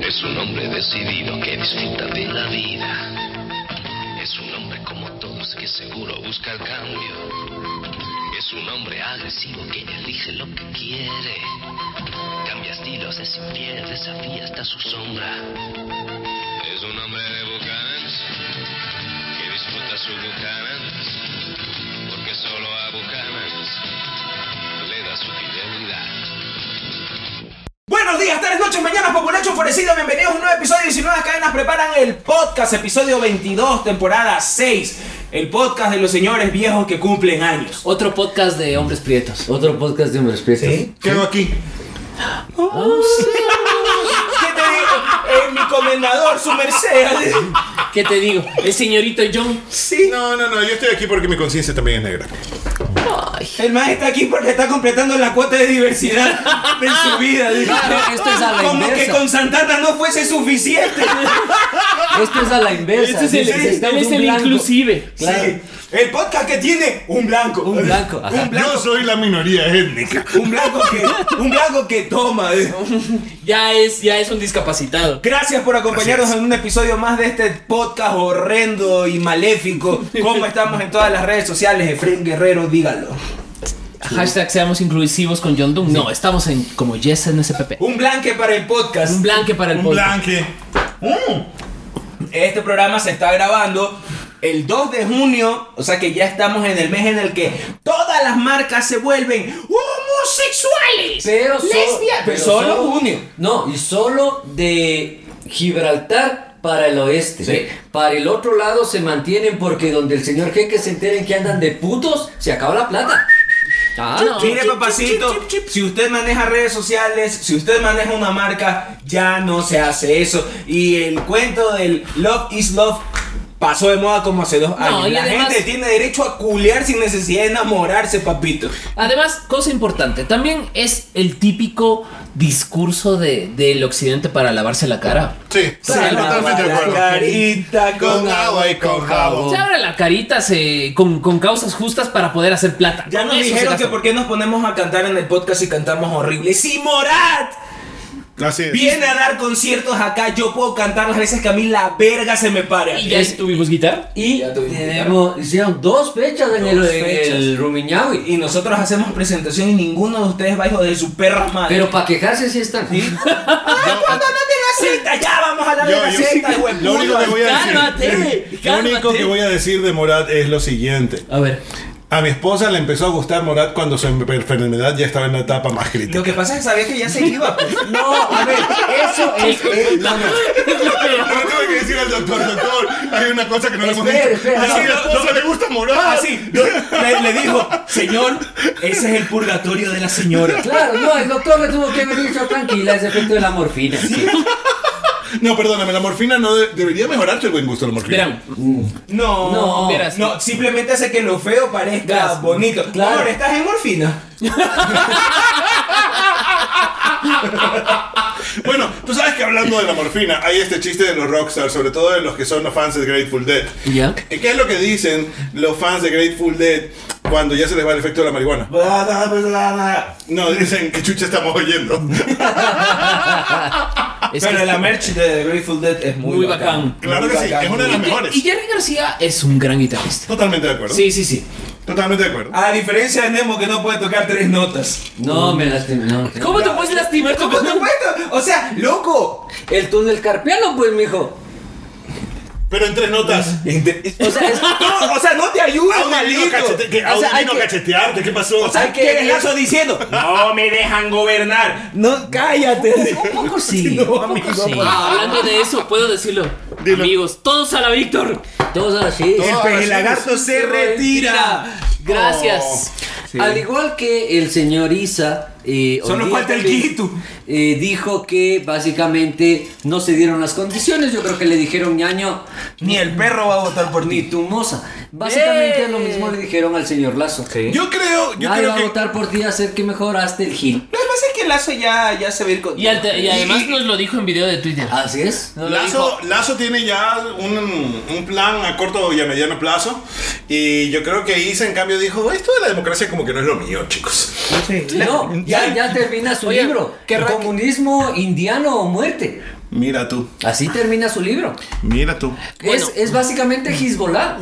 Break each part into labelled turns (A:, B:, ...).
A: Es un hombre decidido que disfruta de la vida. Es un hombre como todos que seguro busca el cambio. Es un hombre agresivo que elige lo que quiere. Cambia estilos, es infiel, desafía hasta su sombra. Es un hombre de Buchanan que disfruta su Buchanan porque solo a Buchanan le da su fidelidad.
B: Buenos días, tardes, noches, mañanas, populacho enfurecido. Bienvenidos a un nuevo episodio de 19 Cadenas. Preparan el podcast, episodio 22, temporada 6. El podcast de los señores viejos que cumplen años.
C: Otro podcast de hombres prietos.
D: Otro podcast de hombres prietos.
E: ¿Qué hago aquí?
B: ¿Qué te digo? Eh, mi comendador, su merced.
C: ¿Qué te digo? El señorito John.
B: Sí.
E: No, no, no, yo estoy aquí porque mi conciencia también es negra.
B: El maestro está aquí porque está completando la cuota de diversidad de su vida. dijo.
C: Claro, esto es a la
B: Como que
C: inversa.
B: con Santana no fuese suficiente.
D: Esto es a la inversa.
C: Este es el-
D: Necesitamos
C: este es
D: un
C: el
D: blanco.
C: inclusive.
D: Claro.
B: Sí. El podcast que tiene un blanco.
D: Un blanco, ajá.
B: Un blanco.
E: Yo soy la minoría étnica.
B: Un blanco que, un blanco que toma. dijo.
C: Ya es, ya es un discapacitado.
B: Gracias por acompañarnos en un episodio más de este podcast horrendo y maléfico. Como estamos en todas las redes sociales, Efraín Guerrero, dígalo.
C: Hashtag seamos inclusivos con John Doe. No, estamos en como Yes en SPP.
B: Un blanque para el
C: Un
B: podcast.
C: blanque para el
E: Un
C: podcast.
E: blanque.
B: Este programa se está grabando el 2 de junio, o sea que ya estamos en el mes en el que todas las marcas se vuelven homosexuales.
D: Pero, so-
B: lesbianas. Pero solo junio.
D: No, y solo de Gibraltar para el oeste.
B: Sí.
D: Para el otro lado se mantienen porque donde el señor jeque se enteren que andan de putos, se acaba la plata.
C: Ah, no.
B: Mire, papacito, si usted maneja redes sociales, si usted maneja una marca, ya no se hace eso. Y el cuento del Love is Love pasó de moda como hace dos años.
C: y
B: La
C: además-
B: gente tiene derecho a culear sin necesidad de enamorarse, papito.
C: Además, cosa importante, también es el típico discurso de, del occidente para lavarse la cara.
E: Sí, sí,
B: Salva
E: totalmente de
B: la
E: acuerdo.
B: carita con
E: Con agua y con jabón.
C: Se abre la carita se, con, con causas justas para poder hacer plata.
B: Ya
C: Con
B: nos
C: eso se
B: dijeron que
C: gasta.
B: por qué nos ponemos a cantar en el podcast y cantamos horrible. ¡Sí, Morat!
E: Así es.
B: Viene a dar conciertos acá, yo puedo cantar las veces que a mí la verga se me pare.
C: ¿Y ya estuvimos guitarra?
D: Y
B: Ya tuvimos-
D: tenemos, hicieron dos fechas en el,
B: Dos
D: en
B: fechas.
D: el Rumiñahui.
B: Y nosotros hacemos presentación y ninguno de ustedes va hijo de su perra madre.
D: Pero para quejarse sí están.
B: ¡Ah, cuando no tiene la cita! ¡Ya vamos a la
E: Yo-
B: de la
E: yo-
B: cita, güey!
E: lo único que voy a
C: Cálmate,
E: decir, lo
C: cálmate.
E: único que voy a decir de Morat es lo siguiente.
C: A ver.
E: A mi esposa le empezó a gustar Morat cuando su enfermedad ya estaba en la etapa más crítica.
B: Lo que pasa es que sabía que ya se iba, pues.
D: No, a ver, eso es. es- no, no.
E: No le tuve que decir al doctor, doctor, hay una cosa que no le hemos
D: Espera,
E: dicho.
D: espera,
E: A mi
B: no, Ah,
E: esposa le gusta Morat.
B: Así, le, le dijo, señor, ese es el purgatorio de la señora.
D: Claro, no, el doctor le tuvo que haber dicho tranquila, es efecto de la morfina.
E: No, perdóname, la morfina no de- debería mejorarte el buen gusto de la morfina.
C: Verán,
B: No,
D: No,
C: verás.
B: no, simplemente hace que lo feo parezca
D: Verás.
B: bonito.
D: Claro.
B: Ahora estás en morfina.
E: Bueno, tú sabes que hablando de la morfina, hay este chiste de los rockstars, sobre todo de los que son los fans de Grateful Dead.
C: Ya.
E: ¿Qué es lo que dicen los fans de Grateful Dead cuando ya se les va el efecto de la marihuana?
B: Bla, bla, bla, bla.
E: No, dicen que chucha estamos oyendo.
C: es
B: Pero
C: que-
B: la merch de Grateful Dead es muy,
C: Muy bacán.
E: Claro que sí, es una de las mejores.
C: Y Jerry García es un gran guitarrista.
E: Totalmente de acuerdo.
C: Sí, sí, sí.
E: Totalmente de acuerdo.
B: A diferencia de Nemo que no puede tocar tres notas.
D: No, me lastimé. No.
C: ¿Cómo te puedes lastimar
B: Por supuesto. O sea, loco.
D: El túnel carpiano, pues, mijo.
E: Pero en tres notas.
B: O sea, es- no, o sea, no te ayuda,
E: Audi
B: malito. O sea, hay
E: vino a
B: que-
E: cachetearte, ¿qué pasó?
B: o sea,
D: hay que-
B: ¿qué es eso diciendo? No me dejan gobernar. No, cállate.
D: Un poco sí.
B: No,
D: un poco
B: amigo,
D: sí.
C: Ah, hablando de eso, puedo decirlo.
E: Dilo.
C: Amigos, todos a la Víctor.
D: Todos así.
E: Todo-
B: El lagarto se retira.
C: Gracias.
D: Al igual que el señor Isa. eh,
B: Solo
D: Olvídate,
B: falta el quito.
D: eh, dijo que básicamente no se dieron las condiciones. Yo creo que le dijeron ñaño
B: Ni el perro va a votar por
D: ni
B: ti.
D: tu moza. Básicamente lo mismo le dijeron al señor Lazo.
E: Yo creo, yo
D: Nadie
E: creo
D: va a
E: que.
D: votar por ti a hacer que mejoraste el Gil.
B: Lo que pasa es que Lazo ya, ya se va a ir con.
C: Y, al- y además nos lo dijo en video de Twitter.
D: Así es.
C: Nos lo dijo.
E: Lazo, Lazo tiene ya un, un plan a corto y a mediano plazo. Y yo creo que Isa, en cambio, dijo: Esto de la democracia, como que no es lo mío, chicos.
D: No, ya, ya termina su
C: Oye,
D: libro.
C: qué ra-
D: Comunismo indiano o muerte.
E: Mira tú,
D: Así termina su libro.
E: mira tú.
D: Es, es básicamente Hezbollah.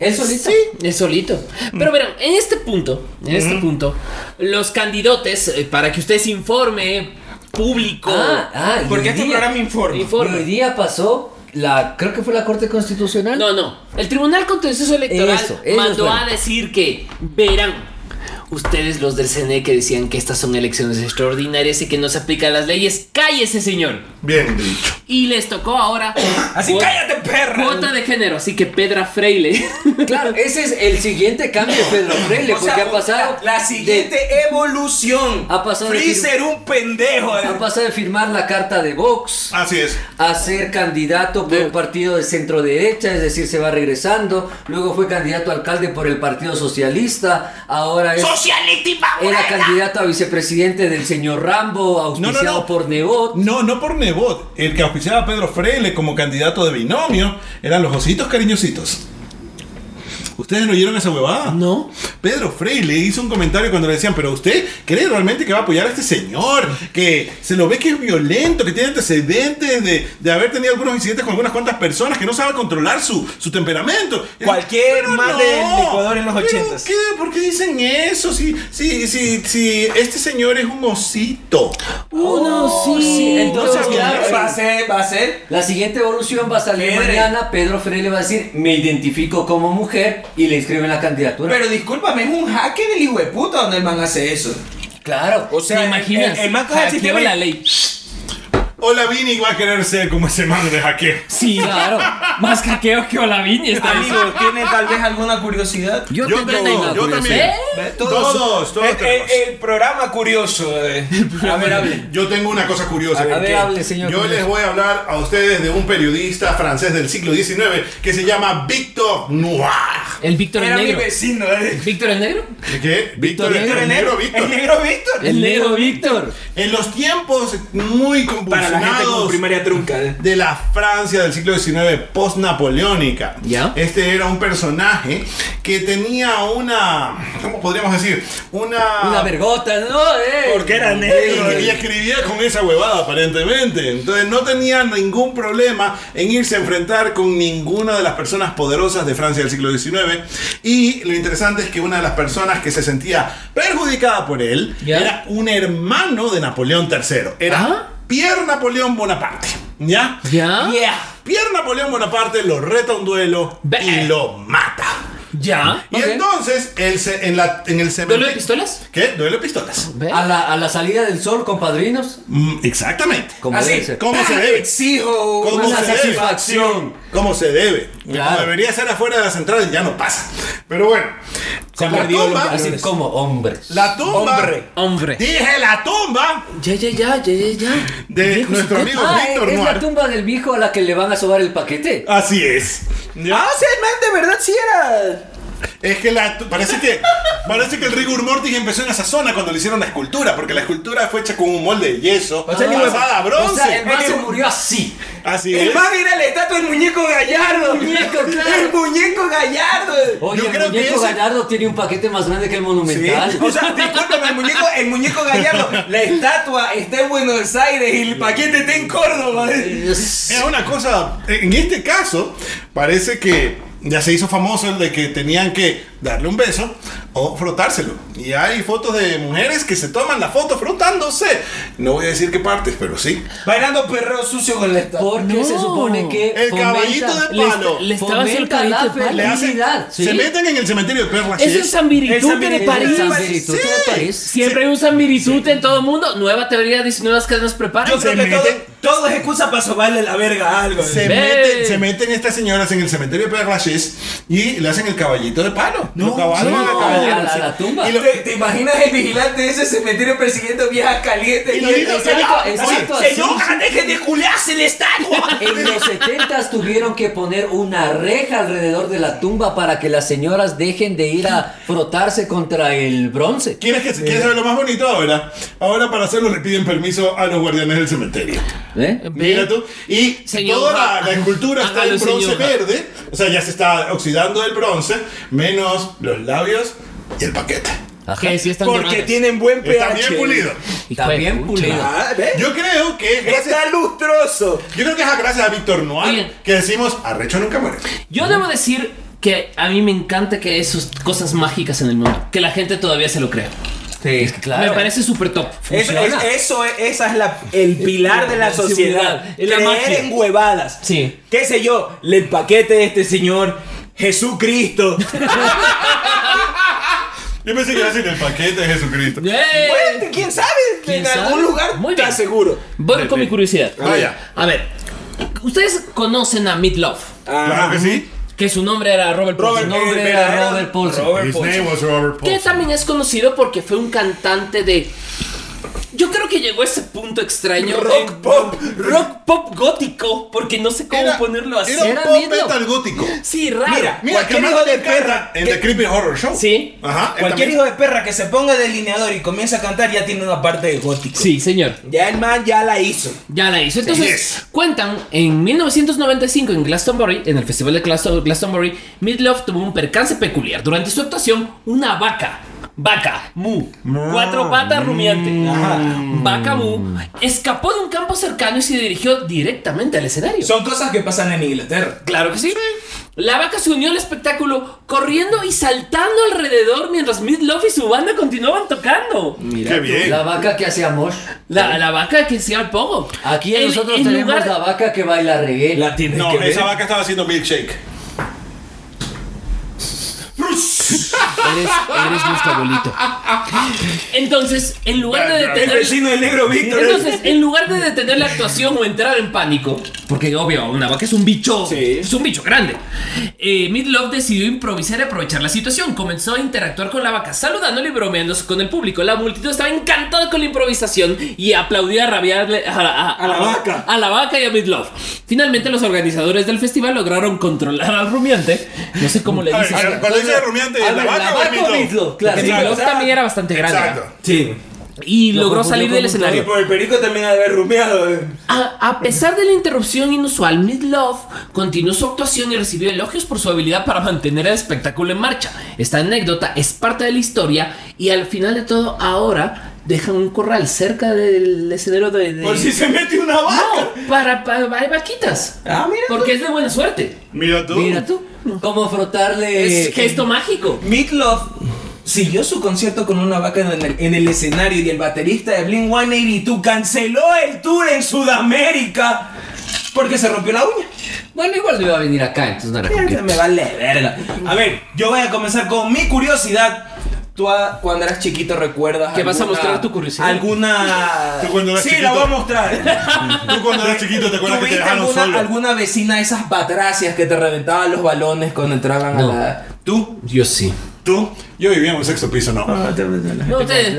D: Él solito.
C: Es solito. Pero verán, en este punto, en este punto, los candidotes, eh, para que ustedes informe, público.
D: Ah, ah, y
B: Porque
D: hoy
B: este
D: día-
B: programa informa.
D: y hoy día pasó la, creo que fue la Corte Constitucional.
C: No, no. El Tribunal Contencioso Electoral
D: Eso, ellos
C: mandó
D: fueron.
C: a decir que verán. Ustedes los del CNE que decían que estas son elecciones extraordinarias y que no se aplican las leyes, cállese señor.
E: Bien dicho.
C: Y les tocó ahora
B: Así
C: cuo-
B: cállate, perra.
C: cuota de género, así que Pedra Freile.
D: Claro, ese es el siguiente cambio, Pedro Freire,
B: O
D: porque
B: sea,
D: ha pasado.
B: La
D: de-
B: siguiente evolución.
D: Ha pasado de
B: Freezer, un pendejo. eh.
D: ha pasado de firmar la carta de Vox
E: Así es.
D: a ser candidato por
C: De-
D: un partido de centro derecha, es decir, se va regresando. Luego fue candidato a alcalde por el Partido Socialista. Ahora es. Era candidato a vicepresidente del señor Rambo, auspiciado por Nebot.
E: No, no por Nebot. El que auspiciaba a Pedro Freile como candidato de binomio eran los ositos cariñositos. ¿Ustedes no oyeron esa huevada?
C: No.
E: Pedro Freile hizo un comentario cuando le decían, pero usted cree realmente que va a apoyar a este señor, que se lo ve que es violento, que tiene antecedentes de, de haber tenido algunos incidentes con algunas cuantas personas, que no sabe controlar su, su temperamento.
B: Cualquier
E: Pero
B: mal de- de Ecuador en los
E: pero
B: 80s.
E: ¿qué? ¿Por qué dicen eso? Si, si, si, si este señor es un osito.
C: Uno,
D: sí, entonces,
E: claro,
B: va a ser, va a ser.
D: La siguiente evolución va a salir
B: Pedre.
D: mañana. Pedro Freire va a decir, me identifico como mujer y le inscriben la candidatura.
B: Pero discúlpame, es un hacker del hijo de puta donde el man hace eso.
D: claro,
B: O sea,
C: ¿Te imaginas?
E: eh,
B: el- el man coge el
C: Hackeó
B: sistema y-
C: la ley.
E: Hola Vini va a querer ser como ese man de hackeo.
C: Sí, claro. Más hackeo que Olaviña está diciendo.
B: Amigo, ¿tiene tal vez alguna curiosidad?
D: yo,
E: yo
D: tendré
E: tengo-
D: una
E: yo
D: curiosidad.
E: también.
C: ¿Eh?
B: ¿Ve?
E: Todos, todos
B: el, el-
E: tenemos.
B: el programa curioso. eh. A ver, hable.
E: Yo tengo una cosa curiosa.
D: A ver,
E: ¿qué?
D: hable, señor
E: Yo
D: curioso.
E: les voy a hablar a ustedes de un periodista francés del siglo XIX que se llama Victor Noir.
C: El Víctor
B: Era
C: el
B: mi
C: Negro.
B: vecino. eh.
C: ¿Víctor el Negro?
E: ¿Qué? Víctor,
C: Negro,
E: el negro, Víctor.
B: El negro Víctor.
C: El Negro Víctor.
E: En los tiempos muy
B: Para la gente con
E: convulsionados
B: primaria trunca. eh.
E: de la Francia del siglo XIX post-napoleónica.
C: Ya.
E: Este era un personaje que tenía una, ¿cómo podríamos decir? Una,
D: Una vergota, ¿no? Eh,
B: Porque era negro.
E: Y escribía con esa huevada aparentemente. Entonces no tenía ningún problema en irse a enfrentar con ninguna de las personas poderosas de Francia del siglo XIX. Y lo interesante es que una de las personas que se sentía perjudicada por él
C: Ya.
E: era un hermano de Napoleón III. Era
C: Ah.
E: Pierre Napoleón Bonaparte. ¿Ya?
C: ¿Ya?
D: Yeah.
E: Pierre Napoleón Bonaparte lo reta a un duelo
C: Ve-
E: y lo mata.
C: ¿Ya?
E: Y entonces él se- en, la, en el cementerio...
C: ¿Duelo de pistolas?
E: ¿Qué? Duelo de pistolas.
C: Ah,
D: A la, a la salida del sol, compadrinos.
E: Mm, exactamente.
D: Como
B: Así,
D: debe ser.
E: ¿Cómo
B: Ah,
E: se debe?
B: Exijo
E: ¿Cómo
B: una
E: se debe?
B: satisfacción.
E: Como se debe.
D: Claro.
E: Como debería ser afuera de la central, ya no pasa. Pero bueno,
B: Se han
E: la
B: perdido los
E: tumba,
D: Así
B: valores.
D: como hombres.
E: la tumba,
B: Hombre.
C: Hombre.
E: dije la tumba
C: Ya, ya, ya, ya, ya, ya.
E: de nuestro amigo
D: Ah,
E: Víctor
D: es la
E: Noir.
D: tumba del viejo a la que le van a sobar el paquete.
E: Así es. ¿Ya?
B: Ah, o sea, el man de verdad sí era.
E: Es que la tu- parece que parece que el rigor mortis empezó en esa zona cuando le hicieron la escultura, porque la escultura fue hecha con un molde de yeso,
B: sea, ni
E: pasada a
D: Ah, O
E: bronce.
D: sea, el man
B: El-
D: se murió así.
E: Así
B: El
E: es.
B: man era la estatua del muñeco gallardo.
D: muñeco, claro.
B: El muñeco gallardo.
D: Oye,
E: Yo
D: el
E: creo que
D: muñeco
E: ese-
D: Gallardo tiene un paquete más grande que el monumental.
B: O sea, discúlpame, el muñeco, el muñeco gallardo. La estatua está en Buenos Aires y el paquete está en Córdoba.
D: Es-
E: Es una cosa, en este caso, parece que ya se hizo famoso el de que tenían que darle un beso o frotárselo. Y hay fotos de mujeres que se toman la foto frotándose. No voy a decir qué partes, pero sí.
B: Bailando perreo sucio con la estatua.
D: Porque se
C: No.
D: supone que.
E: El
D: fomenta-
E: caballito de
C: Le,
E: palo.
C: le estaba haciendo
D: Fomenta
C: el caballito de
D: la
C: palo.
E: Le hacen-
D: sí.
E: Se meten en el cementerio de perlas.
C: Es
E: sí
C: un sambiritute
B: sambiritute
C: de
B: de
C: París.
B: París.
D: ¿Tú te parece?
C: Siempre hay un sambiritute en todo el mundo. Nueva teoría dice nuevas cadenas preparan.
B: Yo creo que todo,
E: meten-
B: todo es excusa para sobarle la verga a algo.
E: Se
C: Ve.
E: meten, se meten estas señoras en el cementerio de Perlachés y le hacen el caballito de palo. Lo cabaron
D: sí.
E: en la
D: No,
E: caballera,
D: a la-
E: sí.
D: a la tumba.
E: Y lo-
B: ¿Te, te imaginas el vigilante de ese cementerio persiguiendo viejas calientes?
E: Y lo
B: el-
E: digo,
D: exacto,
E: oye,
D: exacto, así,
B: Señora, deje de culearse la estatua.
D: En los 70 tuvieron que poner una reja alrededor de la tumba para que las señoras dejen de ir a frotarse contra el bronce.
E: ¿Quieres, que, ¿Quieres saber lo más bonito ahora? Ahora para hacerlo le piden permiso a los guardianes del cementerio.
D: ¿Eh?
E: Mira tú. Y
C: Señor,
E: toda la, la
C: ah,
E: escultura está en
C: hágalo,
E: bronce
C: señor.
E: verde. O sea, ya se está oxidando el bronce, menos los labios y el paquete.
C: Ajá. Que sí están
B: Porque
C: normales.
B: tienen buen pH.
E: Está bien pulido.
C: Hijo de
D: También
C: pucha.
D: pulido.
B: Ah, ¿ves?
E: Yo creo que es gracias,
B: Está lustroso.
E: yo creo que es gracias a Víctor Noir
C: Oye.
E: que decimos arrecho nunca muere.
C: Yo debo decir que a mí me encanta que hay sus cosas mágicas en el mundo. Que la gente todavía se lo crea.
D: Sí, es que claro.
C: Me parece súper top.
B: Eso,
D: Funciona.
B: es, eso es- esa es la, el pilar de la
C: Sí,
B: sociedad.
C: es la
B: Creer
C: magia.
B: en huevadas.
C: Sí.
B: ¿Qué sé yo? El paquete de este señor Jesucristo.
E: Yo pensé que iba a decir el paquete de Jesucristo.
C: ¡Eh!
B: Bueno, ¿Quién sabe?
C: ¿Quién
B: en algún
C: sabe?
B: lugar
C: Muy
B: te
C: bien.
B: aseguro.
C: Voy con mi curiosidad.
E: Vaya.
C: A ver, ustedes conocen a Meat Love,
E: Claro que sí.
C: que su nombre era Robert
B: Ah, Robert,
C: Paulson.
D: Su nombre
B: eh,
D: era
B: verdadero-
D: Robert Paulson.
B: Robert
E: His
B: Paulson.
E: name was Robert
C: Que
E: Paulson.
C: también es conocido porque fue un cantante de. Yo creo que llegó a ese punto extraño.
B: Rock
C: de-
B: pop.
C: Rock pop gótico, porque no sé cómo ponerlo así.
E: Era
D: Era
E: un pop
D: Meat Loaf.
E: metal gótico.
C: Sí, raro.
B: Mira,
E: Mira,
B: Cualquier
E: que más
B: hijo de
E: le canta
B: perra
E: En
B: que-
E: The Creepy Horror Show.
C: Sí.
E: Ajá. él
B: Cualquier
E: también-
B: hijo de perra que se ponga delineador y comienza a cantar ya tiene una parte de gótico.
C: Sí, señor.
B: Ya el man ya la hizo.
C: Ya la hizo. Entonces,
E: Yes.
C: cuentan en 1995 en Glastonbury, en el festival de Glasto- Glastonbury, Midlove tuvo un percance peculiar. Durante su actuación, una vaca, vaca, mu,
D: Ah.
C: cuatro patas
D: Mm.
C: rumiante, ajá, vaca mu, escapó de un campo cercano y se dirigió directamente al escenario.
B: Son cosas que pasan en Inglaterra.
C: Claro que sí. La vaca se unió al espectáculo corriendo y saltando alrededor mientras Midlove y su banda continuaban tocando.
D: Mm.
E: Qué bien.
D: La vaca que hacía mosh.
C: La, la vaca que hacía el pogo.
D: Aquí
C: En-
D: nosotros
C: en
D: tenemos
C: lugar-
D: la vaca que baila reggae.
B: La tiene
E: No,
B: que ver.
E: esa vaca estaba haciendo milkshake.
C: Eres, eres nuestro abuelito. Entonces, en lugar de
B: El
C: detener.
B: vecino del negro Víctor. eh.
C: Entonces, en lugar de detener la actuación o entrar en pánico, porque obvio, una vaca es un bicho,
B: Sí.
C: es un bicho grande. Eh, Midlove decidió improvisar y aprovechar la situación. Comenzó a interactuar con la vaca, saludándole y bromeando con el público. La multitud estaba encantada con la improvisación y aplaudía a rabiarle a,
B: A la vaca.
C: a la vaca y a Midlove. Finalmente, los organizadores del festival lograron controlar al rumiante. No sé cómo le
E: A ver,
C: dicen.
E: Cuando dice rumiante,
D: A
E: ¿la
D: ver,
E: vaca o el
D: o
E: Meat Loaf?
D: Meatloaf? Claro.
C: Porque
E: Exacto.
C: Midlove también era bastante grande.
E: Exacto.
B: Sí.
C: Y
D: Lo
C: logró
D: confundió
C: salir
D: con
C: del
D: un
B: Y
C: escenario.
B: por el perico también ha de haber rumiado. eh.
C: A, a pesar de la interrupción inusual, Mid Love continuó su actuación y recibió elogios por su habilidad para mantener el espectáculo en marcha. Esta anécdota es parte de la historia y al final de todo, ahora dejan un corral cerca del escenario de. de-
B: Por si se mete una vaca.
C: No, para, para, hay vaquitas.
B: Ah, mira.
C: Porque es de buena suerte.
E: Mira tú.
D: Mira tú. Como frotarle.
B: Eh,
C: Es gesto mágico.
B: pues. Meatloaf siguió su concierto con una vaca en el, en el escenario y el baterista de Blink 182 canceló el tour en Sudamérica porque se rompió la uña.
D: Bueno, igual no iba a venir acá, entonces no era como que-
B: Mierda, Me vale verga. A ver, yo voy a comenzar con mi curiosidad. Tú ah, cuando eras chiquito recuerdas
C: ¿Que vas a
B: alguna-
C: mostrar tu curiosidad?
B: Alguna
E: Tú cuando eras
B: Sí,
E: chiquito.
B: la voy a mostrar.
E: Tú cuando eras chiquito te acuerdas que te
B: ¿Tuviste
E: dejaron
B: alguna,
E: solo.
B: alguna vecina de esas batracias que te reventaban los balones cuando entraban
D: No.
B: a la
E: Tú,
D: Yo sí.
E: tú, yo vivía en un sexto piso, no.
C: No, ustedes-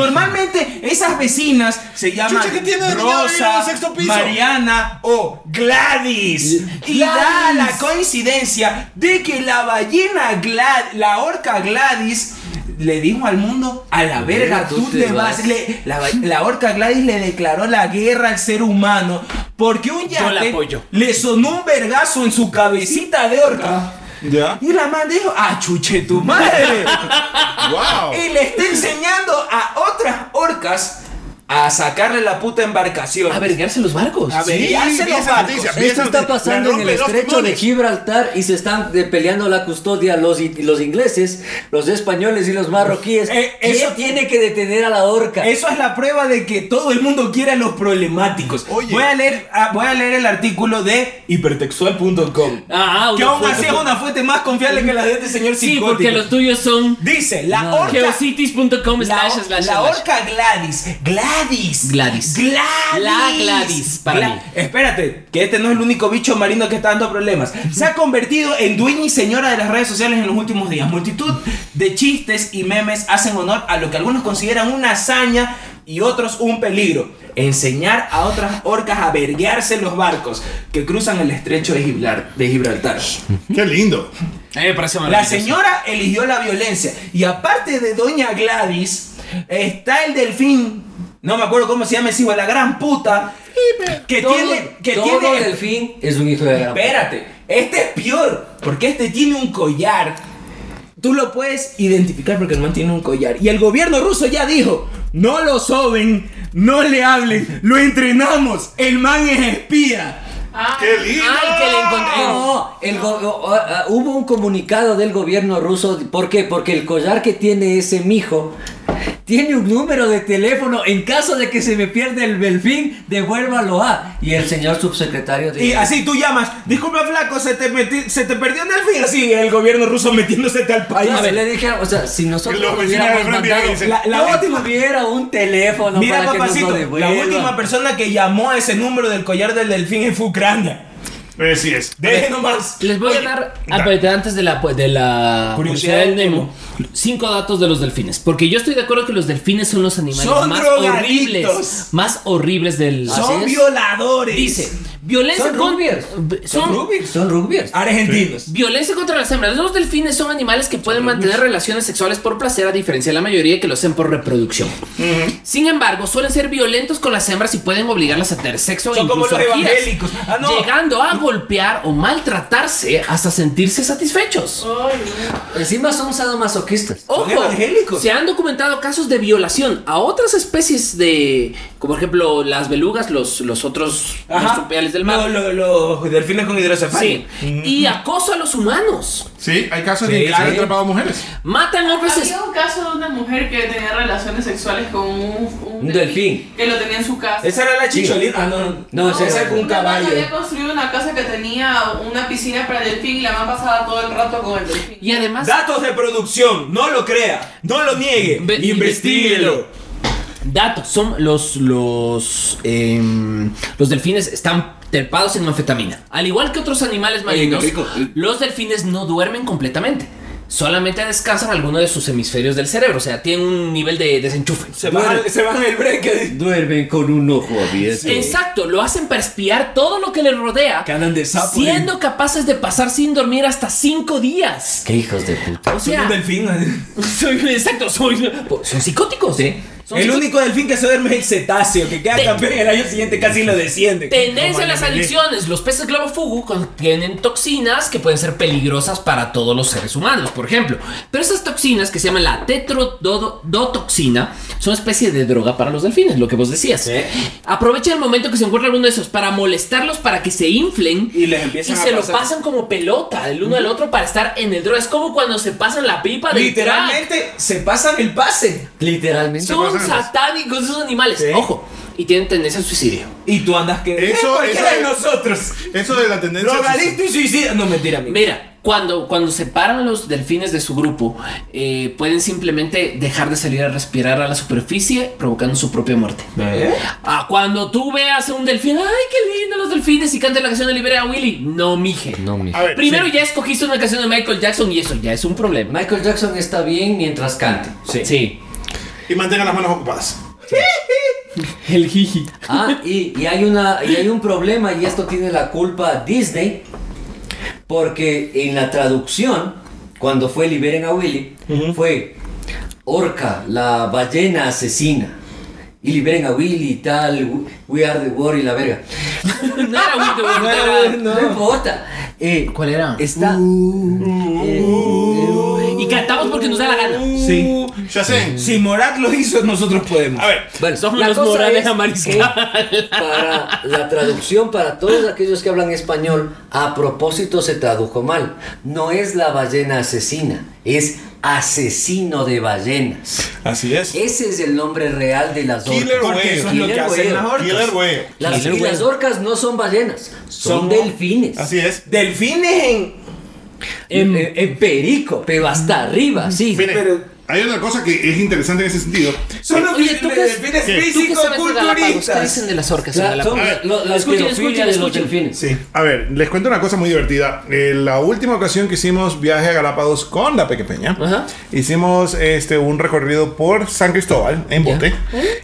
B: Normalmente esas vecinas se llaman
E: Chucha, ¿qué tiene de niño vivir en
B: Rosa,
E: el sexto piso?
B: Mariana o Gladys. Y da la coincidencia de que la ballena Glad, la orca Gladys le dijo al mundo a la verga tú te vas. Le- la, ba- la orca Gladys le declaró la guerra al ser humano porque un
C: Yo la
B: yate
C: apoyo.
B: le sonó un vergazo en su cabecita de
E: Ah.
B: orca.
E: ¿Ya?
B: Y la man dijo, ah, chuche tu madre.
E: ¡Wow!
B: Y le está enseñando a otras orcas a sacarle la puta embarcación.
C: A vergarse los barcos.
B: A ver,
E: Sí,
B: ya se
E: vi
B: los
E: esa
B: barcos.
E: noticia, vi
D: Esto
E: esa
D: está
E: noticia.
D: pasando
E: Le
D: en el
E: rompe los
D: estrecho de
E: pulmones.
D: Gibraltar y se están eh, peleando la custodia los, i- los ingleses, los españoles y los marroquíes.
B: Eh, eso-
D: eso tiene que detener a la horca.
B: Eso es la prueba de que todo el mundo quiere a los problemáticos.
E: Oye.
B: Voy a leer, ah, voy a leer el artículo de hipertextual.com.
C: Ah,
B: que
C: una
B: aún así es
C: foto.
B: una fuente más confiable que la de este señor
C: Sí,
B: psicótico.
C: porque los tuyos son
B: Dice, la
D: No.
B: orca...
C: geocities.com
B: La,
C: slash slash
B: la
C: slash.
B: orca Gladys. Gladys.
C: Gladys.
B: Gladys.
C: La Gladys, para mí.
B: Espérate, que este no es el único bicho marino que está dando problemas. Se ha convertido en dueña y señora de las redes sociales en los últimos días. Multitud de chistes y memes hacen honor a lo que algunos consideran una hazaña y otros un peligro. Enseñar a otras orcas a verguearse los barcos que cruzan el estrecho de Gibrar- de Gibraltar.
E: ¡Qué lindo!
C: A mí me parece
B: La
C: maravilloso.
B: señora eligió la violencia. Y aparte de Doña Gladys, está el delfín. No me acuerdo cómo se llama ese hijo de la gran puta. Que
D: todo,
B: tiene. Que
D: todo
B: tiene.
D: delfín es un hijo de la gran-
B: Espérate, este es peor. Porque este tiene un collar. tú lo puedes identificar porque el man tiene un collar. Y el gobierno ruso ya dijo, no lo soben, no le hablen, lo entrenamos, el man es espía.
E: ¡Qué lindo!
C: Ah. Ay, que le encontré.
D: No, el go- o- a- a- hubo un comunicado del gobierno ruso. ¿Por qué? Porque el collar que tiene ese mijo tiene un número de teléfono. En caso de que se me pierda el Belfín, devuélvalo a. Y el señor subsecretario
B: Y
D: dice:
B: así tú llamas, disculpa flaco, se te, meti- se te perdió en el fin. Así el gobierno ruso metiéndosete al país.
D: A ver, le dije, o sea, si nosotros
E: Los vecinos
D: hubiéramos
E: del frente
D: mandado-
E: dicen,
B: La- la
D: no
B: última-
D: tuviera un teléfono
B: Mira,
D: para que nos lo
B: papacito, la
D: devuelvan.
B: última persona que llamó a ese número del collar del delfín es Ucrania.
E: Así es.
B: Deje nomás.
C: Les voy a dar, ah, pero antes de la, de la
B: Curiosidad
C: curiosidad
B: del
C: del Nemo, cinco datos de los delfines. Porque yo estoy de acuerdo que los delfines son los animales
B: Son
C: más
B: drogadictos.
C: horribles. Más horribles del.
B: Son
D: es.
B: violadores.
C: Dice, violencia
D: Son
C: con-
D: rubias.
C: Son
D: Son rubias.
B: Argentinos.
C: Violencia contra las hembras. Los delfines son animales que pueden mantener relaciones sexuales por placer, a diferencia de la mayoría que lo hacen por reproducción. Sin embargo, suelen ser violentos con las hembras y pueden obligarlas a tener sexo e
B: Son como
C: incluso
B: los
C: orgías,
B: evangélicos. Ah, no.
C: llegando a golpear o maltratarse hasta sentirse satisfechos.
D: Encima son sadomasoquistas.
B: Son
C: Ojo,
B: evangélicos.
C: se han documentado casos de violación a otras especies de, como por ejemplo las belugas, los, los otros marsupiales del mar.
B: Los, los- los delfines con hidrocefalia.
C: Sí. Y acoso a los humanos.
E: Sí, hay casos
B: Sí,
E: de que han
B: sí.
E: atrapado mujeres.
C: Matan a otras especies.
F: Había un caso de una mujer que tenía relaciones sexuales con un,
D: Un delfín.
F: que lo tenía en su casa.
B: Esa era la chicholina. Ah, no.
D: No, esa
B: esa
D: era-
B: es con un
F: Una man
B: caballo.
F: había construido una casa que tenía una piscina para el delfín y la man pasaba todo el rato con el delfín.
C: Y además
B: Datos de producción. No lo crea. No lo niegue.
C: Ve-
B: Investíguelo.
C: Datos, son los los em, los delfines están terpados en anfetamina. Al igual que otros animales marinos,
B: qué rico. Eh.
C: los delfines no duermen completamente. Solamente descansan alguno de sus hemisferios del cerebro, o sea, tienen un nivel de desenchufe.
B: Se van, se van el break.
D: Duermen con un ojo abierto.
C: Exacto, lo hacen para espiar todo lo que les rodea,
B: Que andan de sapo, ¿eh?
C: siendo capaces de pasar sin dormir hasta cinco días.
D: Qué hijos de puta.
C: O
B: Son
C: sea,
B: un delfín.
C: soy- exacto, soy- son psicóticos, ¿eh? Son
B: El
C: psicó-
B: único delfín que se duerme es el cetáceo, que queda
C: Te-
B: campeón y el año siguiente casi lo desciende.
C: Tendencia a las
B: No, vale,
C: adicciones. Los peces globo fugu contienen toxinas que pueden ser peligrosas para todos los seres humanos, por ejemplo. Pero esas toxinas que se llaman la tetrodotoxina son especie de droga para los delfines, lo que vos decías. Aprovecha el momento que se encuentra alguno de esos para molestarlos, para que se inflen
B: Y les empiezan
C: y
B: a
C: se lo
B: pasar.
C: pasan como pelota del uno al otro para estar en el droga. Es como cuando se pasan la pipa del crack.
B: Literalmente se pasan el pase.
D: Literalmente.
C: Son
E: pasan las-
C: satánicos esos animales.
B: Sí.
C: Ojo. Y tienen tendencia al suicidio.
B: Y tú andas que.
E: Eso-
B: Eh, cualquiera
E: eso-
B: de nosotros.
E: Eso de la tendencia.
B: Drogadicto y suicida. No, mentira, amigo.
C: Mira, cuando, cuando separan los delfines de su grupo, eh, pueden simplemente dejar de salir a respirar a la superficie, provocando su propia muerte.
B: ¿Eh?
C: Ah, cuando tú veas a un delfín, ¡ay, qué lindo los delfines! Y canta la canción de Libera a Willy. No, mije.
D: No, mi.
E: A ver,
C: Primero ya escogiste una canción de Michael Jackson y eso ya es un problema.
D: Michael Jackson está bien mientras cante.
C: Sí.
E: sí, Y mantengan las manos ocupadas.
C: El jiji.
D: Ah, y, y hay una, y hay un problema, y esto tiene la culpa Disney, porque en la traducción, cuando fue Liberen a Willy, fue Orca, la ballena asesina. Y liberen a Willy y tal, we- We Are the War y la verga.
C: No era un
D: No, importa. Eh,
C: ¿Cuál era? Uh.
D: está. eh, eh,
C: Y cantamos porque nos da la gana.
B: Sí.
E: Ya sé.
B: Si Morat lo hizo, nosotros podemos.
E: A ver,
D: Bueno,
C: Somos
D: la
C: los
D: cosa
C: Morales
D: es
C: a mariscal.
D: que Para la traducción, para todos aquellos que hablan español, a propósito se tradujo mal. No es la ballena asesina, es asesino de ballenas.
E: así es.
D: Ese es el nombre real de las
E: Killer
D: orcas.
E: whale.
B: Porque eso es lo que
D: Killer
B: hacen
D: whale.
B: las orcas.
E: Killer whale.
D: Las,
C: Killer
D: y las orcas no son ballenas, son,
B: Son-
D: delfines.
E: Así es.
B: Delfines en.
D: En, en eh, perico, pero hasta arriba, sí.
E: Miren,
B: Pero-
E: hay otra cosa que es interesante en ese sentido.
B: Son los
C: Oye, ¿tú qué-
B: delfines
E: qué? ¿Tú qué
C: ¿Tú qué sabes de Galápagos? ¿Qué
B: físico-culturistas.
C: dicen de las orcas en
D: La- son
C: Galápagos?
D: lo- las
C: Escuchen,
D: pedofilia
C: escuchen,
D: de los
C: escuchen.
D: delfines.
E: Sí. A ver, les cuento una cosa muy divertida. Eh, la última ocasión que hicimos viaje a Galápagos con la Peque Peña,
C: Ajá.
E: hicimos este, un recorrido por San Cristóbal en
C: Ya.
E: bote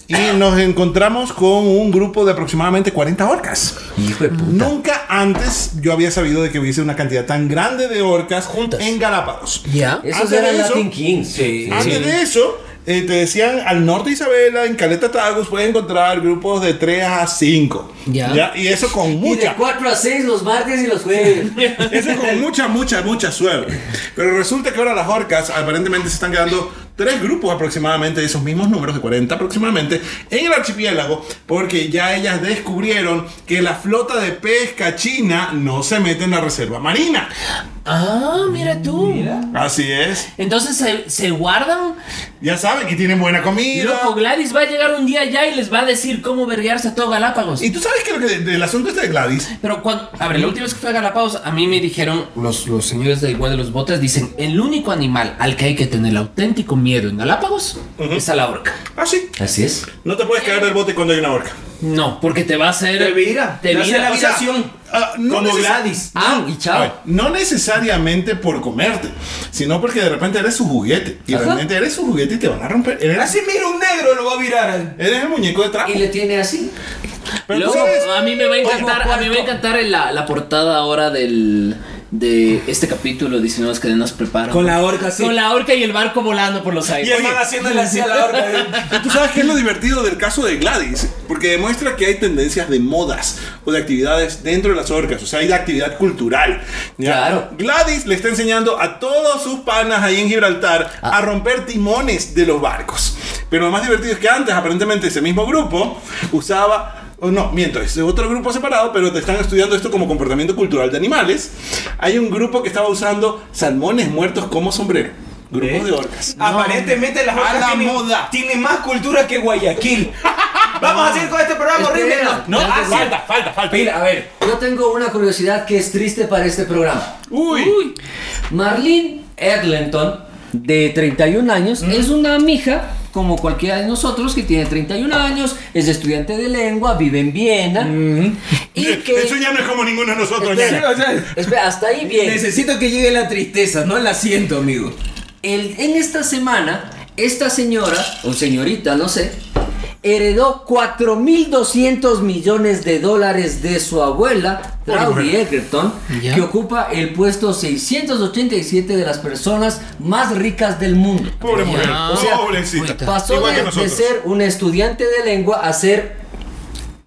E: y nos encontramos con un grupo de aproximadamente 40 orcas.
D: Hijo de puta.
E: Nunca antes yo había sabido de que hubiese una cantidad tan grande de orcas
C: Juntas.
E: en Galápagos.
C: Ya.
D: Esos
E: Antes de
D: eran
E: eso-
D: Latin Kings.
B: Sí.
E: Antes de eso, eh, te decían al norte de Isabela, en Caleta Tagus, puedes encontrar grupos de 3 a 5.
C: Ya.
E: Y eso
D: Y
E: con
D: de
E: mucha.
D: 4 a 6 los martes y los jueves.
E: Eso es con mucha, mucha, mucha suerte. Pero resulta que ahora las orcas aparentemente se están quedando tres grupos aproximadamente de esos mismos números, de 40 aproximadamente, en el archipiélago, porque ya ellas descubrieron que la flota de pesca china no se mete en la reserva marina.
C: Ah, mira tú.
E: Así es.
C: Entonces se, se guardan.
E: Ya saben, y tienen buena comida.
C: Loco, Gladys va a llegar un día allá y les va a decir cómo verguearse a todo Galápagos.
E: Y tú sabes que lo que del asunto este de Gladys,
C: Pero cuando, a ver, la última vez que fui a Galápagos, a mí me dijeron los, los señores de igual de los botes, dicen, el único animal al que hay que tener auténtico miedo en Galápagos es a la orca.
E: ah, sí,
D: Así es.
E: no te puedes caer del bote cuando hay una orca.
C: No, porque te va a hacer...
B: Te vira.
C: Te
B: Te hace
C: vira,
B: la
C: o sea,
B: habitación.
E: ah, no
B: como
E: neces-
B: Gladys.
D: Ah, y
E: A ver,
D: chao.
E: no necesariamente por comerte, sino porque de repente eres su juguete. Y
D: Ajá.
E: realmente eres su juguete y te van a romper. Eres,
B: Así mira un negro lo va a virar.
E: eres el muñeco de trapo.
D: Y le tiene así.
E: Pero
C: Luego,
E: tú sabes-
C: a mí me va a encantar, a mí me va a encantar la, la portada ahora del de este capítulo 19 que nos preparan.
B: Con la horca así.
C: Con la orca y el barco volando por los aires.
B: Y el man haciéndole así a la ¿eh? horca.
E: Oye, tú sabes qué es lo divertido del caso de Gladys, porque demuestra que hay tendencias de modas o de actividades dentro de las orcas, o sea, hay actividad cultural. ¿ya?
D: Claro.
E: Gladys le está enseñando a todos sus panas ahí en Gibraltar a romper timones de los barcos. Pero lo más divertido es que antes, aparentemente, ese mismo grupo usaba. o No, miento, es otro grupo separado, pero te están estudiando esto como comportamiento cultural de animales. Hay un grupo que estaba usando salmones muertos como sombrero. Grupos de orcas.
B: Aparentemente las
E: A la
B: orcas tienen,
E: moda.
B: tienen más cultura que Guayaquil. Vamos a seguir con este programa horrible.
D: Espera.
B: No,
D: Antes
B: ah,
D: de-
B: falta, falta, falta. Mira, a ver.
D: Yo tengo una curiosidad que es triste para este programa.
E: Uy.
D: Marlene Edlenton, de 31 años, es una mija como cualquiera de nosotros que tiene 31 años, es estudiante de lengua, vive en Viena y que...
E: Eso ya no es como ninguno de nosotros.
D: Espera,
E: nena.
B: o sea,
D: espera, hasta ahí bien.
G: Necesito que llegue la tristeza, no la siento, amigo.
D: El- en esta semana, esta señora, o señorita, no sé, heredó 4.200 millones de dólares de su abuela, Rowdy Egerton,
C: Ya.
D: que ocupa el puesto 687 de las personas más ricas del mundo.
E: Pobre mujer.
D: O sea,
E: Pobrecita.
D: Pasó
E: Igual
D: de,
E: que
D: de
E: nosotros.
D: ser un estudiante de lengua a ser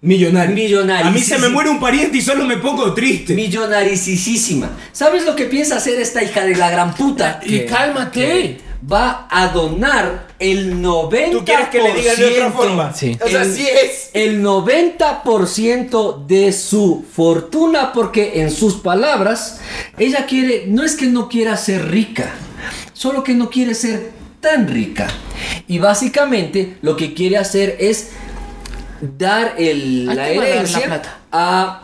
B: Millonario.
D: Millonario.
B: A mí
D: Sí,
B: se
D: sí.
B: me muere un pariente y solo me pongo triste.
D: millonaricísima. ¿Sabes lo que piensa hacer esta hija de la gran puta?
C: Y cálmate.
D: Va a donar el 90%.
B: ¿Tú quieres que le diga de otra forma?
C: Sí.
G: O sea,
D: El-
G: sí es.
D: el 90% de su fortuna porque en sus palabras ella quiere, no es que no quiera ser rica, solo que no quiere ser tan rica. Y básicamente lo que quiere hacer es dar el,
C: ¿A
D: la
C: quién va a dar la
D: herencia
C: plata?
D: a...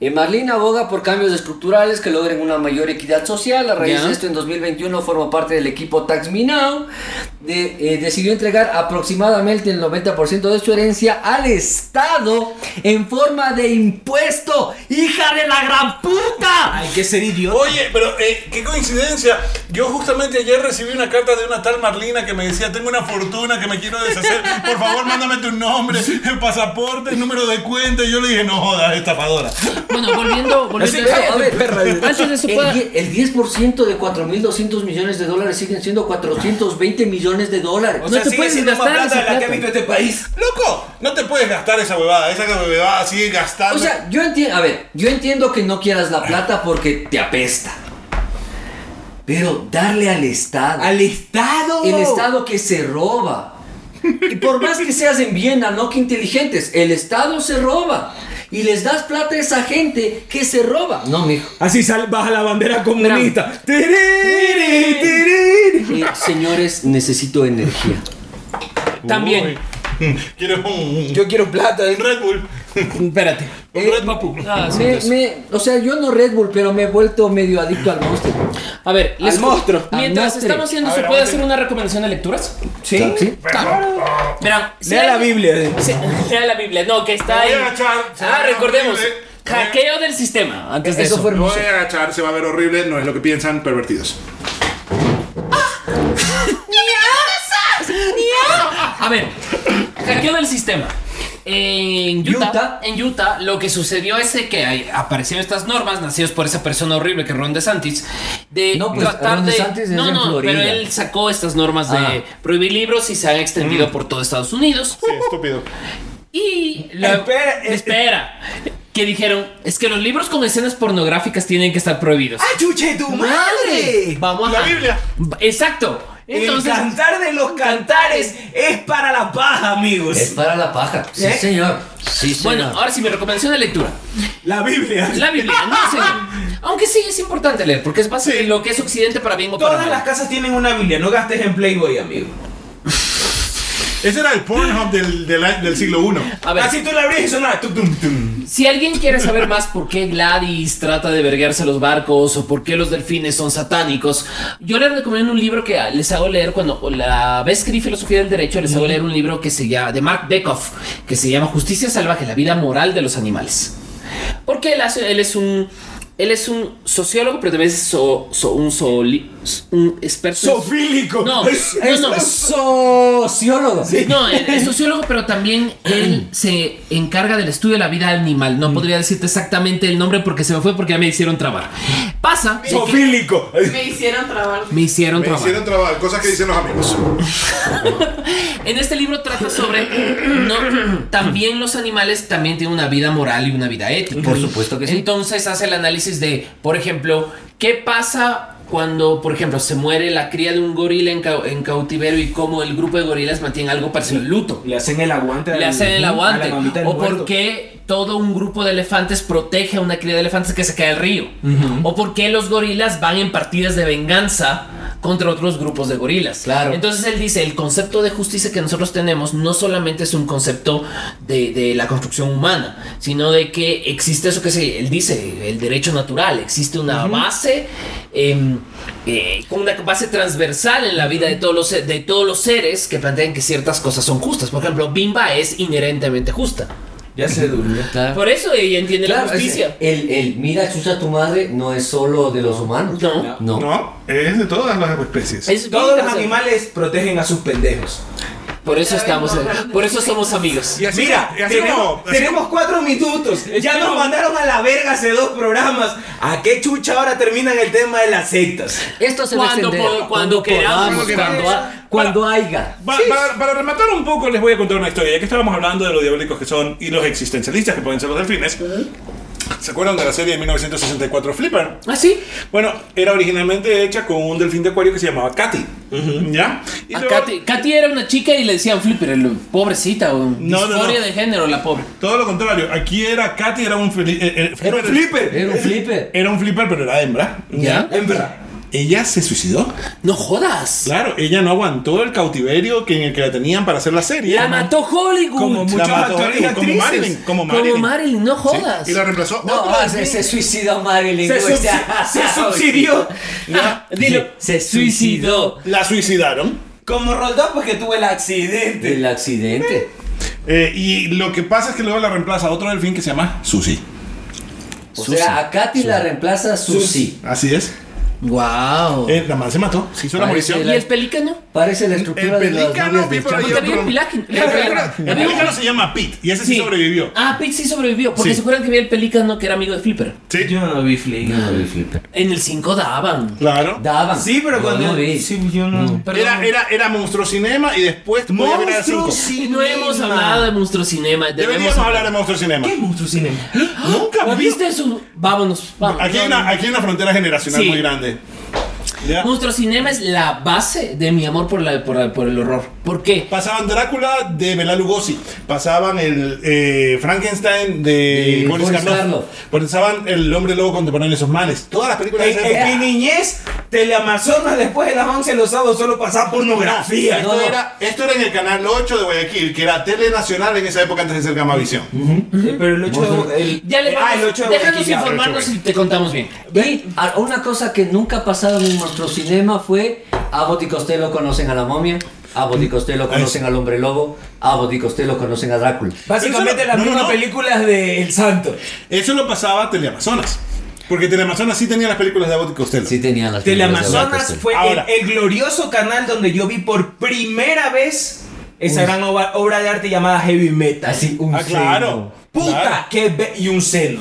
D: eh, Marlene aboga por cambios estructurales que logren una mayor equidad social. A raíz
C: Ya.
D: de esto, en 2021 formó parte del equipo Tax Me Now. De- eh, decidió entregar aproximadamente el 90% de su herencia al Estado en forma de impuesto. ¡Hija de la gran puta!
B: Hay que ser idiota.
E: Oye, pero eh, qué coincidencia. Yo justamente ayer recibí una carta de una tal Marlina que me decía, tengo una fortuna que me quiero deshacer. Por favor, mándame tu nombre, el pasaporte, el número de cuenta. Y yo le dije, no jodas, estafadora.
C: Bueno, volviendo, volviendo
D: Pero, a ver,
C: Antes de eso,
D: el
C: pueda-
D: die- el 10% de 4.200 millones de dólares siguen siendo 420 millones de dólares.
B: O sea,
C: te
B: sigue
C: puedes
B: siendo más
C: gastar
B: plata de
C: esa
B: la que ha
C: plata.
B: visto este país.
E: Loco, no te puedes gastar esa huevada. Esa huevada sigue gastando.
D: O sea, yo entiendo, a ver, yo entiendo que no quieras la plata porque te apesta. Pero darle al Estado,
B: Al Estado.
D: el Estado que se roba. Y por más que seas en Viena, no que inteligentes, el Estado se roba. Y les das plata a esa gente que se roba. No, mijo.
B: Así sal, baja la bandera comunista. Tiriri, tiriri.
D: Eh, señores, necesito energía.
C: También.
E: Mm, ¿Quieres un,
G: Yo quiero plata.
E: un Red Bull?
C: Espérate.
E: Un Red Bull.
C: Ah, sí,
D: Eh, Me-
C: entonces.
D: me- o sea, yo no Red Bull, pero me he vuelto medio adicto al monster.
C: A ver,
G: Al monstruo.
C: Mientras
D: Al
C: estamos haciendo, ¿se puede hacer una recomendación de lecturas?
D: ¿Sí?
C: Verán, si
B: Lea
C: hay-
B: la Biblia.
C: Sí, lea la Biblia. No, que está ahí.
E: Me voy a agachar, se va
C: Ah,
E: a ver
C: recordemos.
E: horrible.
C: Hackeo del sistema. Antes de Pues eso.
D: Eso fue
E: No
D: hermoso.
E: voy a agachar, se va a ver horrible. No es lo que piensan, pervertidos.
C: A ver, hackeo del sistema. en Utah,
D: Utah.
C: en Utah, lo que sucedió es de que hay- aparecieron estas normas nacidas por esa persona horrible que es Ron DeSantis de
D: No, pues,
C: tratar
D: Ron
C: de
D: DeSantis es
C: no,
D: en
C: no,
D: Florida.
C: pero él sacó estas normas de
D: Ah. Mm.
C: prohibir libros y se han extendido por todo Estados Unidos.
E: Sí, estúpido.
C: Y la-
B: Espera, eh,
C: espera, que dijeron, es que los libros con escenas pornográficas tienen que estar prohibidos.
B: ¡Ah, chuche tu madre!
C: Vamos a
E: La Biblia.
B: Ah.
C: Exacto. Entonces,
B: el cantar de los cantares es para la paja, amigos.
D: Es para la paja. Sí,
B: ¿Eh?
D: señor. Sí, señor.
C: bueno, ahora sí mi recomendación de lectura.
B: La Biblia.
C: La Biblia, no sé. Aunque sí es importante leer, porque es base de lo que es Occidente para bien o para
B: Todas las
C: mal.
B: casas tienen una Biblia. No gastes en Playboy, amigo.
E: Ese era el Pornhub del, del, del siglo I.
C: A ver,
B: Así tú la abrías y sonaba. tum, tum, tum.
C: si alguien quiere saber más por qué Gladys trata de verguearse los barcos o por qué los delfines son satánicos, yo les recomiendo un libro que les hago leer cuando la vez que di filosofía del derecho, les hago leer un libro que se llama de Mark Bekoff, que se llama Justicia salvaje, la vida moral de los animales. Porque él, hace- él es un él es un sociólogo, pero también es so- so- un, zooli- un experto en-
B: Sofílico.
C: No, no, no.
D: Sociólogo.
C: No, es es sociólogo, pero también él se encarga del estudio de la vida animal.
E: Mm.
C: No podría decirte exactamente el nombre porque se me fue porque ya me hicieron trabar. Pasa de que
B: Sofílico.
F: Me hicieron trabajar.
C: me hicieron
E: Me
C: trabar.
E: hicieron trabajar, cosas que dicen los amigos.
C: En este libro trata sobre no, también los animales también tienen una vida moral y una vida ética.
D: Por supuesto que sí.
C: Entonces hace el análisis de, por ejemplo, qué pasa cuando, por ejemplo, se muere la cría de un gorila en, cau- en cautiverio y cómo el grupo de gorilas mantiene algo parecido al luto.
B: Le hacen el aguante.
C: le
B: al-
C: hacen el
B: a la
C: aguante.
B: mamita del
C: O
B: muerto.
C: por qué todo un grupo de elefantes protege a una cría de elefantes que se cae al río. O por qué los gorilas van en partidas de venganza contra otros grupos de gorilas.
D: Claro.
C: Entonces él dice, el concepto de justicia que nosotros tenemos no solamente es un concepto de, de la construcción humana, sino de que existe eso que se, él dice, el derecho natural, existe una base, em, eh, con una base transversal en la vida de todos, los, se- de todos los seres que plantean que ciertas cosas son justas. Por ejemplo, Bimba es inherentemente justa.
B: Ya se durmió.
D: Claro.
C: Por eso ella entiende
D: Claro,
C: la
D: es-
C: justicia.
D: el, el mira chucha a tu madre no es solo de los humanos.
C: No.
D: No.
E: No, es de todas las especies.
C: Es bien
B: Todos los
C: interesante.
B: animales protegen a sus pendejos.
C: Por eso estamos, en- por eso somos amigos.
E: Y así-
B: Mira,
E: y así
B: tenemos,
E: como- así
B: tenemos cuatro minutos. Ya nos mandaron a la verga hace dos programas. ¿A qué chucha ahora terminan el tema de las sectas?
D: Esto se va a
C: Cuando
D: extender.
C: po- cuando queramos,
D: cuando,
E: cuando-
D: ha- cuando haya.
H: Pa- para, para rematar un poco, les voy a contar una historia. Ya que estábamos hablando de los diabólicos que son y los existencialistas que pueden ser los delfines.
E: ¿Se acuerdan de la serie de 1964 Flipper?
C: ¿Ah, sí?
E: Bueno, era originalmente hecha con un delfín de acuario que se llamaba Katy. ¿Ya? Y
C: A
E: luego-
C: Ah, Katy, Katy era una chica y le decían flipper, el- pobrecita, o
E: no,
C: disforia
E: no.
C: de género, la pobre.
E: Todo lo contrario. Aquí era Katy, era un, feli- eh, eh,
B: Era un flipper.
D: Era un flipper.
E: era un flipper, pero era hembra.
C: ¿Ya?
B: Hembra.
E: Ella se suicidó.
C: No jodas.
E: Claro, ella no aguantó el cautiverio que en el que la tenían para hacer la serie.
C: La mató Hollywood.
B: Como
E: La
B: muchos
E: mató
B: actores y
E: Hollywood, como
B: actrices.
E: Marilyn. Como Marilyn.
C: Como Marilyn, no
E: Sí,
C: jodas.
E: Y la reemplazó.
D: No,
E: otro
D: ah, se,
E: delfín.
D: se suicidó Marilyn.
B: Se,
D: güey,
B: subsi-
D: ya
B: se
D: sabes.
B: subsidió.
C: Dilo.
D: Se suicidó.
E: Ah, La suicidaron.
B: Como Roldán, pues que tuvo el accidente.
D: Del accidente.
E: Eh, y lo que pasa es que luego la reemplaza otro delfín que se llama Susi.
D: O sea, a Katy la reemplaza Susi.
E: Así es.
C: Wow.
E: Eh, la man se mató. Se hizo la
D: Parece
E: morición.
C: ¿Y el pelícano?
D: Parece la estructura
E: El
D: de las
E: pelícano,
D: novias
E: vi
D: del
E: por ahí
D: chamo.
C: Porque había
E: otro-
C: un pelícano.
E: El pelícano- el pelícano se llama Pete y ese sí,
C: Sí.
E: sobrevivió.
C: Ah, Pete sí sobrevivió. Porque
E: Sí.
C: se acuerdan que había el pelícano que era amigo de Flipper.
E: Sí,
B: Yo no vi Flip.
D: No, vi flipper.
C: En el 5 daban.
E: claro.
D: Daban.
B: Sí, pero
D: Yo
B: cuando.
D: no vi.
B: Sí, yo no.
C: Perdón.
E: Era, era, era Monstruo Cinema y después podía ver a
B: Monstruo
E: cinco.
B: Cinema.
C: No hemos hablado de Monstruo Cinema.
E: Deberíamos
C: debemos-
E: hablar de Monstruo Cinema.
B: ¿Qué monstruo cinema?
E: Nunca
C: ¿No
E: vi-
C: ¿Viste eso? Vámonos, vamos.
E: Aquí hay, una, aquí hay una frontera generacional
C: Sí.
E: muy grande. ¿Ya?
C: Monstruo Cinema es la base de mi amor por, la, por, la- por el horror. ¿Por qué?
E: Pasaban Drácula de Bela Lugosi, pasaban el eh, Frankenstein de
D: De
E: Boris
D: Boris
E: Karloff,
D: Karloff.
E: pasaban el hombre lobo contemporáneo de esos manes. Todas las películas de
B: En,
E: esa
B: en
E: época.
B: mi niñez, Teleamazonas después de las 11 los sábados solo pasaba pornografía. Eh,
E: Esto, era, esto era en el canal 8 de Guayaquil, que era Tele Nacional en esa época antes de ser Gamavisión.
B: Pero el 8 de. el-
C: Ya les
B: ah, el
C: vamos.
B: 8 de Ah,
C: Déjanos
B: Guayaquil, ya.
C: informarnos y te contamos bien.
D: Y a- una cosa que nunca ha pasado en nuestro cinema fue Abbott y Costello conocen a la momia, Abbott y Costello conocen al hombre lobo, Abbott y Costello conocen a Drácula.
B: Básicamente
E: Eso no-
B: las
E: no, no,
B: mismas
E: no.
B: películas de El Santo.
E: Eso lo pasaba Teleamazonas. Porque Teleamazonas sí tenía las películas de Abbott y Costello.
D: Sí tenía las películas de Abbott y
B: Teleamazonas
D: Costello.
B: fue el,
E: Ahora.
B: el glorioso canal donde yo vi por primera vez esa gran obra, obra de arte llamada heavy metal.
D: Así, un
E: Ah, claro.
B: Puta,
E: Claro.
B: qué be- y un seno.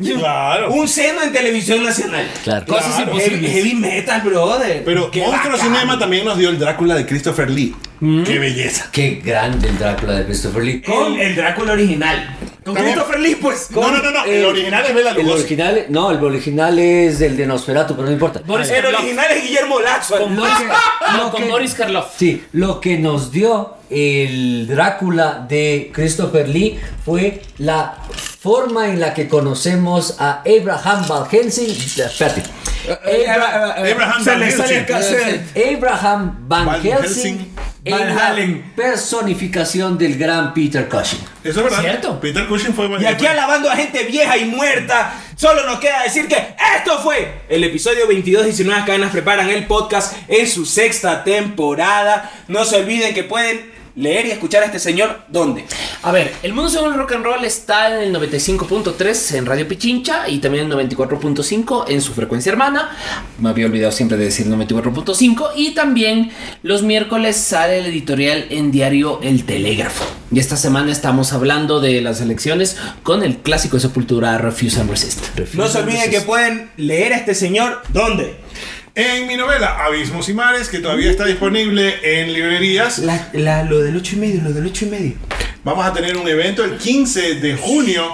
B: Y un-
E: Claro.
B: Un seno en televisión nacional.
D: Claro.
C: Cosas
E: Claro.
B: Heavy,
C: imposibles.
B: heavy metal, brother.
E: Pero
B: Qué
E: Monstruo
B: bacán.
E: Cinema también nos dio el Drácula de Christopher Lee. ¡Qué belleza!
D: Qué grande el Drácula de Christopher Lee.
B: Con el Drácula original. Con
E: También-
B: Christopher Lee, pues.
E: No, no, no, no, el original es Bela
D: El
E: Lugosi.
D: original, no, el original es el de Nosferatu, pero no importa.
C: Boris
B: El
C: Karloff.
B: original es Guillermo Lazo.
C: Con Boris, no,
B: Ah,
D: lo
C: con
D: que-
C: Boris Karloff.
D: Sí, lo que nos dio el Drácula de Christopher Lee fue la forma en la que conocemos a Abraham Van Helsing. Espérate. Abra-
E: Abraham
B: Se
E: Van
B: le sale
E: Helsing.
B: el cassette.
D: Abraham Van,
E: Van
D: Helsing,
E: Helsing.
D: en
B: Van
D: la
B: Halen.
D: personificación del gran Peter Cushing.
E: Eso es verdad.
C: Cierto.
E: Peter Cushing fue
B: Y aquí alabando a gente vieja y muerta, solo nos queda decir que esto fue el episodio 22 de 19 cadenas preparan el podcast en su sexta temporada. No se olviden que pueden leer y escuchar a este señor donde.
C: A ver, el mundo según el rock and roll está en el 95.3 en Radio Pichincha y también en 94.5 en su frecuencia hermana. Me había olvidado siempre de decir 94.5 y también los miércoles sale el editorial en diario El Telégrafo. Y esta semana estamos hablando de las elecciones con el clásico de Sepultura Refuse and Resist.
B: No se olviden que pueden leer a este señor donde.
E: En mi novela Abismos y Mares, que todavía está disponible en librerías,
B: La- la- lo del 8 y medio, lo del 8 y medio.
E: vamos a tener un evento el 15 de junio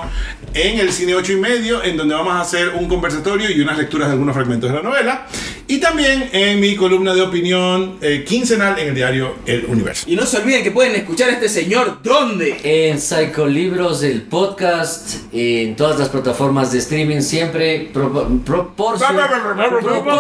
E: en el cine 8 y medio, en donde vamos a hacer un conversatorio y unas lecturas de algunos fragmentos de la novela. Y también en mi columna de opinión eh, quincenal en el diario El Universo.
B: Y no se olviden que pueden escuchar a este señor donde.
D: En Psicolibros, el podcast, en todas las plataformas de streaming, siempre propo- proporcio-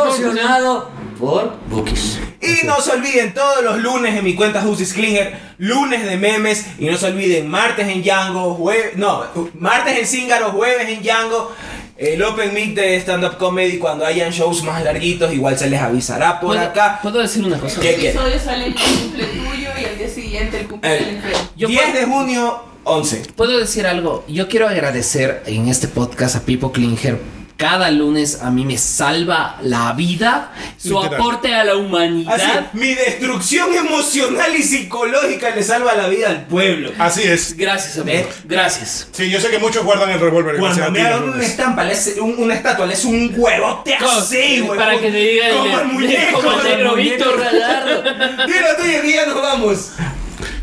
D: proporcionado por Bookies.
B: Y no se olviden todos los lunes en mi cuenta Justice Klinger, lunes de memes. Y no se olviden martes en Django, jueves. No, martes en Zingaro, jueves en Django. El Open Meet de Stand Up Comedy, cuando hayan shows más larguitos, igual se les avisará por
C: ¿Puedo,
B: acá.
C: ¿Puedo decir una cosa?
B: ¿Qué?
F: El episodio sale en el cumple tuyo y al día siguiente el cumple
B: Eh,
F: del Fred.
C: Yo
B: 10
C: puedo-
B: de junio, 11.
C: ¿Puedo decir algo? Yo quiero agradecer en este podcast a Pipo Klinger. Cada lunes a mí me salva la vida, su
E: Literal.
C: aporte a la
B: Así,
C: humanidad.
B: mi destrucción emocional y psicológica le salva la vida al pueblo.
C: Ah,
E: Así es.
C: Gracias, amigo.
B: ¿Eh?
C: Gracias.
E: Sí, yo sé que muchos guardan el revólver. gracias
B: Cuando
E: a
B: me
E: ti,
B: hagan
E: Lourdes.
C: pues.
B: una estampa, le hace- un- una estatua, le hace un huevote
C: Como-
B: así, güey.
C: para que te diga el-
B: Como el muñeco.
C: como el negro Víctor.
B: Mira, tú y aquí ya nos vamos.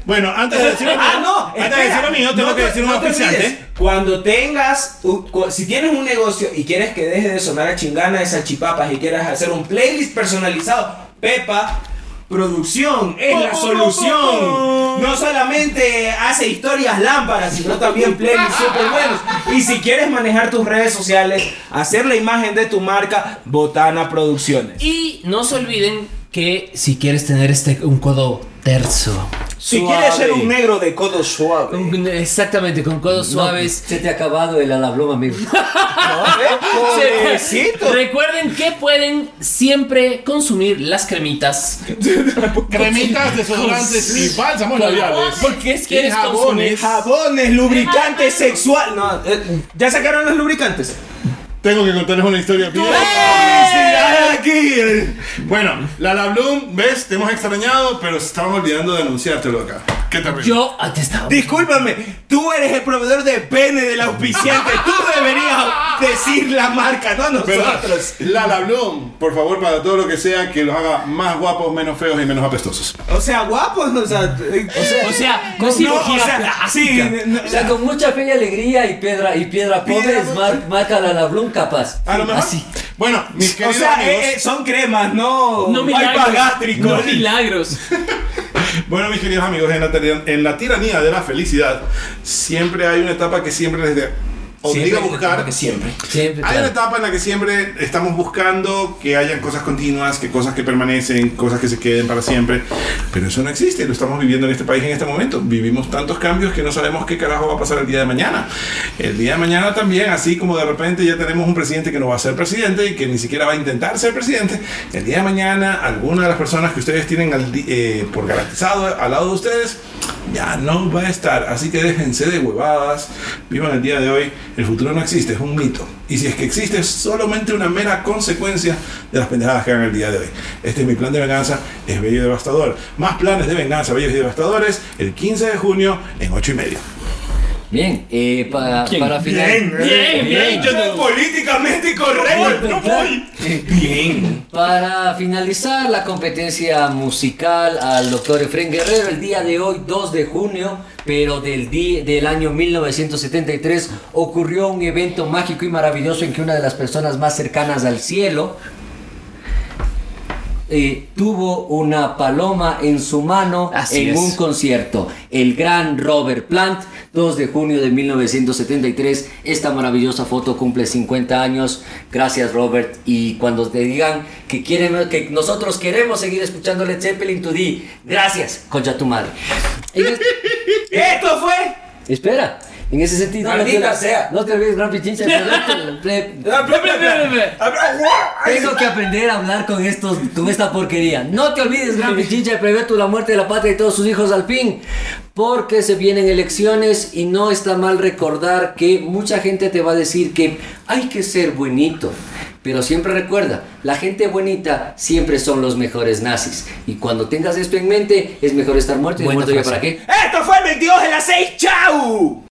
E: Bueno, antes de decir lo mío,
B: Ah, no.
E: antes de decir lo mío, tengo que decir un
B: oficiante.
E: auspiciante.
B: Cuando tengas, u- cu- si tienes un negocio y quieres que deje de sonar a chingana de salchipapas y quieras hacer un playlist personalizado, Pepa. Producción es la solución. No solamente hace historias lámparas, sino también playlists super buenos. Y si quieres manejar tus redes sociales, hacer la imagen de tu marca, Botana Producciones.
C: Y no se olviden que si quieres tener este un codo terzo,
B: Si
D: Suave.
B: quieres ser un negro de codo suave.
C: un- exactamente con codos suaves.
D: Se te ha acabado el alabloma, amigo.
B: ¿Eh?
C: se- Recuerden que pueden siempre consumir las cremitas.
E: Cremitas, desodorantes y bálsamos labiales.
C: Porque es que
E: Y
C: eres
E: jabones.
B: Jabones, lubricante sexual. No, eh, ya sacaron los lubricantes.
E: Tengo que contarles una historia bien.
B: ¡Eh!
E: Bueno, la La Bloom, ves, te hemos extrañado, pero estaban olvidando de anunciártelo acá. Qué terrible.
C: Yo atestado.
B: Discúlpame, tú eres el proveedor de pene del auspiciante. Tú deberías decir la marca, no
E: ¿Verdad?
B: nosotros.
E: La La Bloom, por favor, para todo lo que sea que los haga más guapos, menos feos y menos apestosos.
B: O sea, guapos, o sea. eh,
C: O sea, con cirugía plástica.
B: sí, no,
D: O sea, con mucha fe y alegría y piedra, y piedra pobre,
B: Piedra-
D: es mar- marca el alablón capaz.
E: A lo mejor.
D: Así.
E: Bueno, mis
B: Ah, o
E: queridos
B: sea,
E: amigos.
B: eh, eh, son cremas, no,
C: No
B: bypass
C: milagros.
B: gástrico.
C: No milagros.
B: eh.
E: Bueno, mis queridos amigos, en la, tira- en la tiranía de la felicidad, siempre hay una etapa que siempre les de-
B: Siempre,
E: obliga a buscar.
B: porque siempre.
D: Siempre.
E: Hay
D: claro.
E: una etapa en la que siempre estamos buscando que hayan cosas continuas, que cosas que permanecen, cosas que se queden para siempre. Pero eso no existe, lo estamos viviendo en este país en este momento. Vivimos tantos cambios que no sabemos qué carajo va a pasar el día de mañana. El día de mañana también, así como de repente ya tenemos un presidente que no va a ser presidente y que ni siquiera va a intentar ser presidente, el día de mañana alguna de las personas que ustedes tienen al di- eh, por garantizado al lado de ustedes ya no va a estar. Así que déjense de huevadas, vivan el día de hoy. El futuro no existe, es un mito. Y si es que existe, es solamente una mera consecuencia de las pendejadas que hagan el día de hoy. Este es mi plan de venganza, es bello y devastador. Más planes de venganza, bellos y devastadores, el 15 de junio en 8 y media.
D: Bien, eh, para, para
B: Bien, eh.
D: finalizar.
B: bien, bien.
D: bien.
B: Yo soy políticamente correcto. No voy. Bien.
D: Para finalizar la competencia musical al doctor Efren Guerrero, el día de hoy, 2 de junio, pero del, di- del año 1973, ocurrió un evento mágico y maravilloso en que una de las personas más cercanas al cielo eh, tuvo una paloma en su mano
C: Así
D: en
C: es.
D: un concierto. El gran Robert Plant, 2 de junio de 1973. Esta maravillosa foto cumple 50 años. Gracias, Robert. Y cuando te digan que, quieren, que nosotros queremos seguir escuchando Led Zeppelin, tú di gracias, concha tu madre. En es-
B: Esto fue.
D: espera. En ese sentido, no te,
G: Maldita sea.
D: no te olvides, gran pichincha, pero- pero- tengo que aprender a hablar con estos, con esta porquería. No te olvides, gran pichincha, de prever tú la muerte de la patria y todos sus hijos al fin. Porque se vienen elecciones y no está mal recordar que mucha gente te va a decir que hay que ser buenito. Pero siempre recuerda, la gente bonita siempre son los mejores nazis. Y cuando tengas esto en mente, es mejor estar muerto y
C: Buena
D: muerto ya
C: frase.
D: para qué.
B: Esto fue el 22 de las 6. ¡Chau!